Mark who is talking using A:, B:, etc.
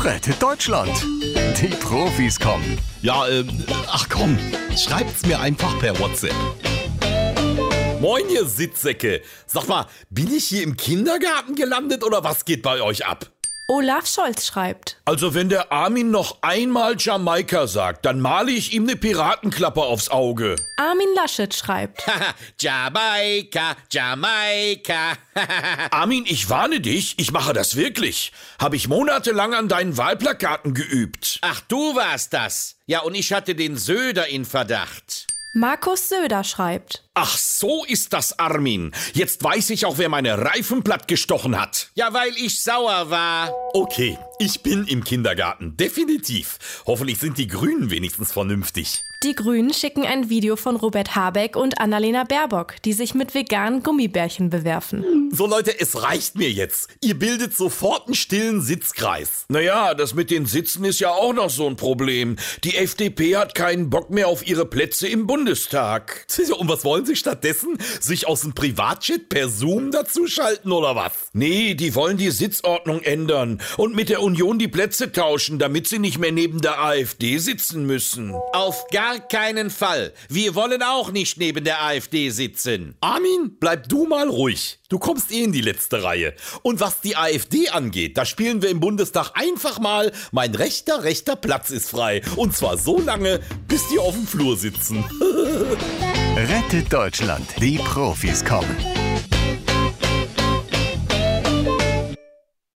A: Rettet Deutschland. Die Profis kommen.
B: Ja, ähm, ach komm, schreibt's mir einfach per WhatsApp.
C: Moin, ihr Sitzsäcke. Sag mal, bin ich hier im Kindergarten gelandet oder was geht bei euch ab?
D: Olaf Scholz schreibt.
C: Also, wenn der Armin noch einmal Jamaika sagt, dann male ich ihm eine Piratenklappe aufs Auge.
D: Armin Laschet schreibt.
E: Jamaika, Jamaika.
C: Armin, ich warne dich, ich mache das wirklich. Habe ich monatelang an deinen Wahlplakaten geübt.
E: Ach, du warst das. Ja, und ich hatte den Söder in Verdacht.
D: Markus Söder schreibt.
C: Ach, so ist das, Armin. Jetzt weiß ich auch, wer meine Reifen plattgestochen hat.
E: Ja, weil ich sauer war.
C: Okay, ich bin im Kindergarten, definitiv. Hoffentlich sind die Grünen wenigstens vernünftig.
D: Die Grünen schicken ein Video von Robert Habeck und Annalena Baerbock, die sich mit veganen Gummibärchen bewerfen.
C: So Leute, es reicht mir jetzt. Ihr bildet sofort einen stillen Sitzkreis. Naja, das mit den Sitzen ist ja auch noch so ein Problem. Die FDP hat keinen Bock mehr auf ihre Plätze im Bundestag. Tja, Und was wollen sie stattdessen? Sich aus dem Privatchat per Zoom dazuschalten oder was? Nee, die wollen die Sitzordnung ändern und mit der Union die Plätze tauschen, damit sie nicht mehr neben der AfD sitzen müssen.
E: Auf gar keinen Fall. Wir wollen auch nicht neben der AfD sitzen.
C: Armin, bleib du mal ruhig. Du kommst eh in die letzte Reihe. Und was die AfD angeht, da spielen wir im Bundestag einfach mal, mein rechter, rechter Platz ist frei. Und zwar so lange, bis die auf dem Flur sitzen.
A: Rettet Deutschland. Die Profis kommen.